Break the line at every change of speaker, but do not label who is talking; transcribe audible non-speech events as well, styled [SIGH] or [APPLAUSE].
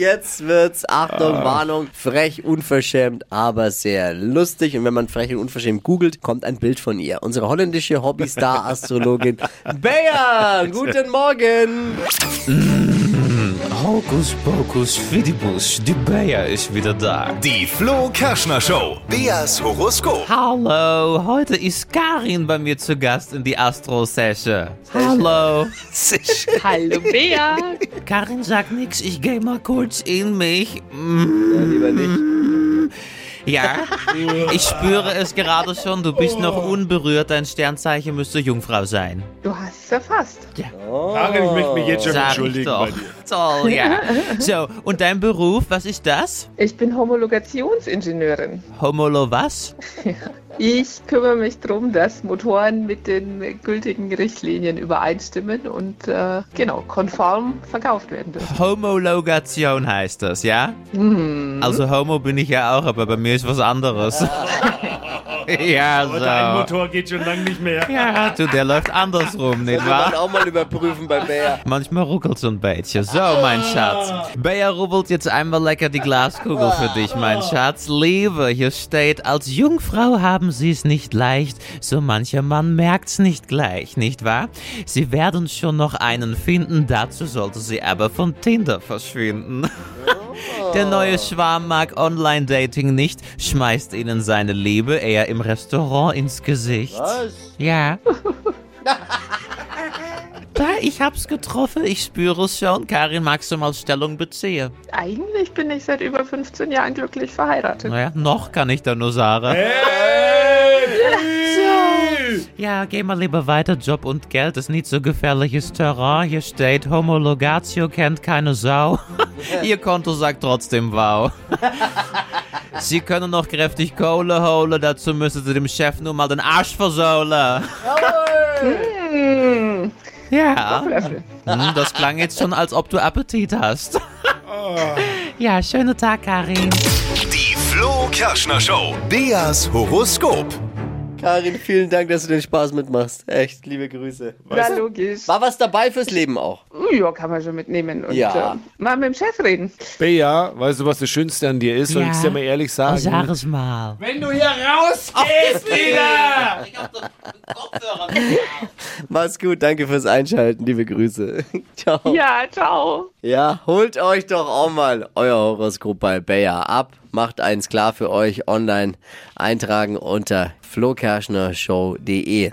Jetzt wird's, Achtung, Warnung, frech, unverschämt, aber sehr lustig. Und wenn man frech und unverschämt googelt, kommt ein Bild von ihr. Unsere holländische Hobbystar-Astrologin Bea. Guten Morgen.
Hokus pokus fidibus, die Bayer ist wieder da.
Die Flo Kerschner Show. Beas Horoskop.
Hallo, heute ist Karin bei mir zu Gast in die Astro-Session.
[LAUGHS]
Hallo.
Hallo Bea.
Karin sagt nichts, ich gehe mal kurz in mich. Mm.
Lieber nicht.
Ja, ich spüre es gerade schon, du bist noch
Oh.
unberührt, dein Sternzeichen müsste Jungfrau sein.
Du hast es erfasst.
Karin, ich möchte mich jetzt schon
Sag ich
entschuldigen
doch.
bei dir.
Toll, ja. So, und dein Beruf, was ist das?
Ich bin Homologationsingenieurin.
Homolo was?
Ich kümmere mich darum, dass Motoren mit den gültigen Richtlinien übereinstimmen und äh, genau konform verkauft werden dürfen.
Homologation heißt das, ja? Also Homo bin ich ja auch, aber bei mir ist was anderes.
Aber dein
ja, so.
Motor geht schon lange nicht mehr.
Ja, du, der läuft andersrum, nicht
Kann man
wahr?
auch mal überprüfen bei Bea.
Manchmal ruckelt's ein bisschen. So, mein Schatz. Bea rubbelt jetzt einmal lecker die Glaskugel für dich, mein Schatz. Liebe, hier steht, als Jungfrau haben sie es nicht leicht, so mancher Mann merkt's nicht gleich, nicht wahr? Sie werden schon noch einen finden, dazu sollte sie aber von Tinder verschwinden. [LAUGHS] Der neue Schwarm mag Online-Dating nicht, schmeißt ihnen seine Liebe eher im Restaurant ins Gesicht. Ja. Da, ich hab's getroffen, ich spüre es schon. Karin, magst du mal Stellung beziehen?
Eigentlich bin ich seit über 15 Jahren glücklich verheiratet.
Naja, noch kann ich da nur sagen. Ja, geh mal lieber weiter. Job und Geld ist nicht so gefährliches Terrain. Hier steht, Homologatio kennt keine Sau. Ihr Konto sagt trotzdem wow. Sie können noch kräftig Kohle holen, dazu müssen Sie dem Chef nur mal den Arsch versohlen.
Hm,
Ja.
Löffel.
Hm, Das klang jetzt schon, als ob du Appetit hast. Ja, schönen Tag, Karin.
Die Flo Kerschner Show. Beas Horoskop.
Karin, vielen Dank, dass du den Spaß mitmachst. Echt, liebe Grüße.
Na logisch.
War was dabei fürs Leben auch?
Ja, kann man schon mitnehmen und
Ja.
äh, mal mit dem Chef reden.
Bea, weißt du, was das Schönste an dir ist? Soll
Ja.
ich es dir mal ehrlich
Oh,
sagen?
sag es mal.
Wenn du hier rausgehst wieder!
Mach's gut, danke fürs Einschalten, liebe Grüße. [LAUGHS] Ciao.
Ja, ciao.
Ja, holt euch doch auch mal euer Horoskop bei Bayer ab. Macht eins klar für euch online. Eintragen unter flokerschnershow.de.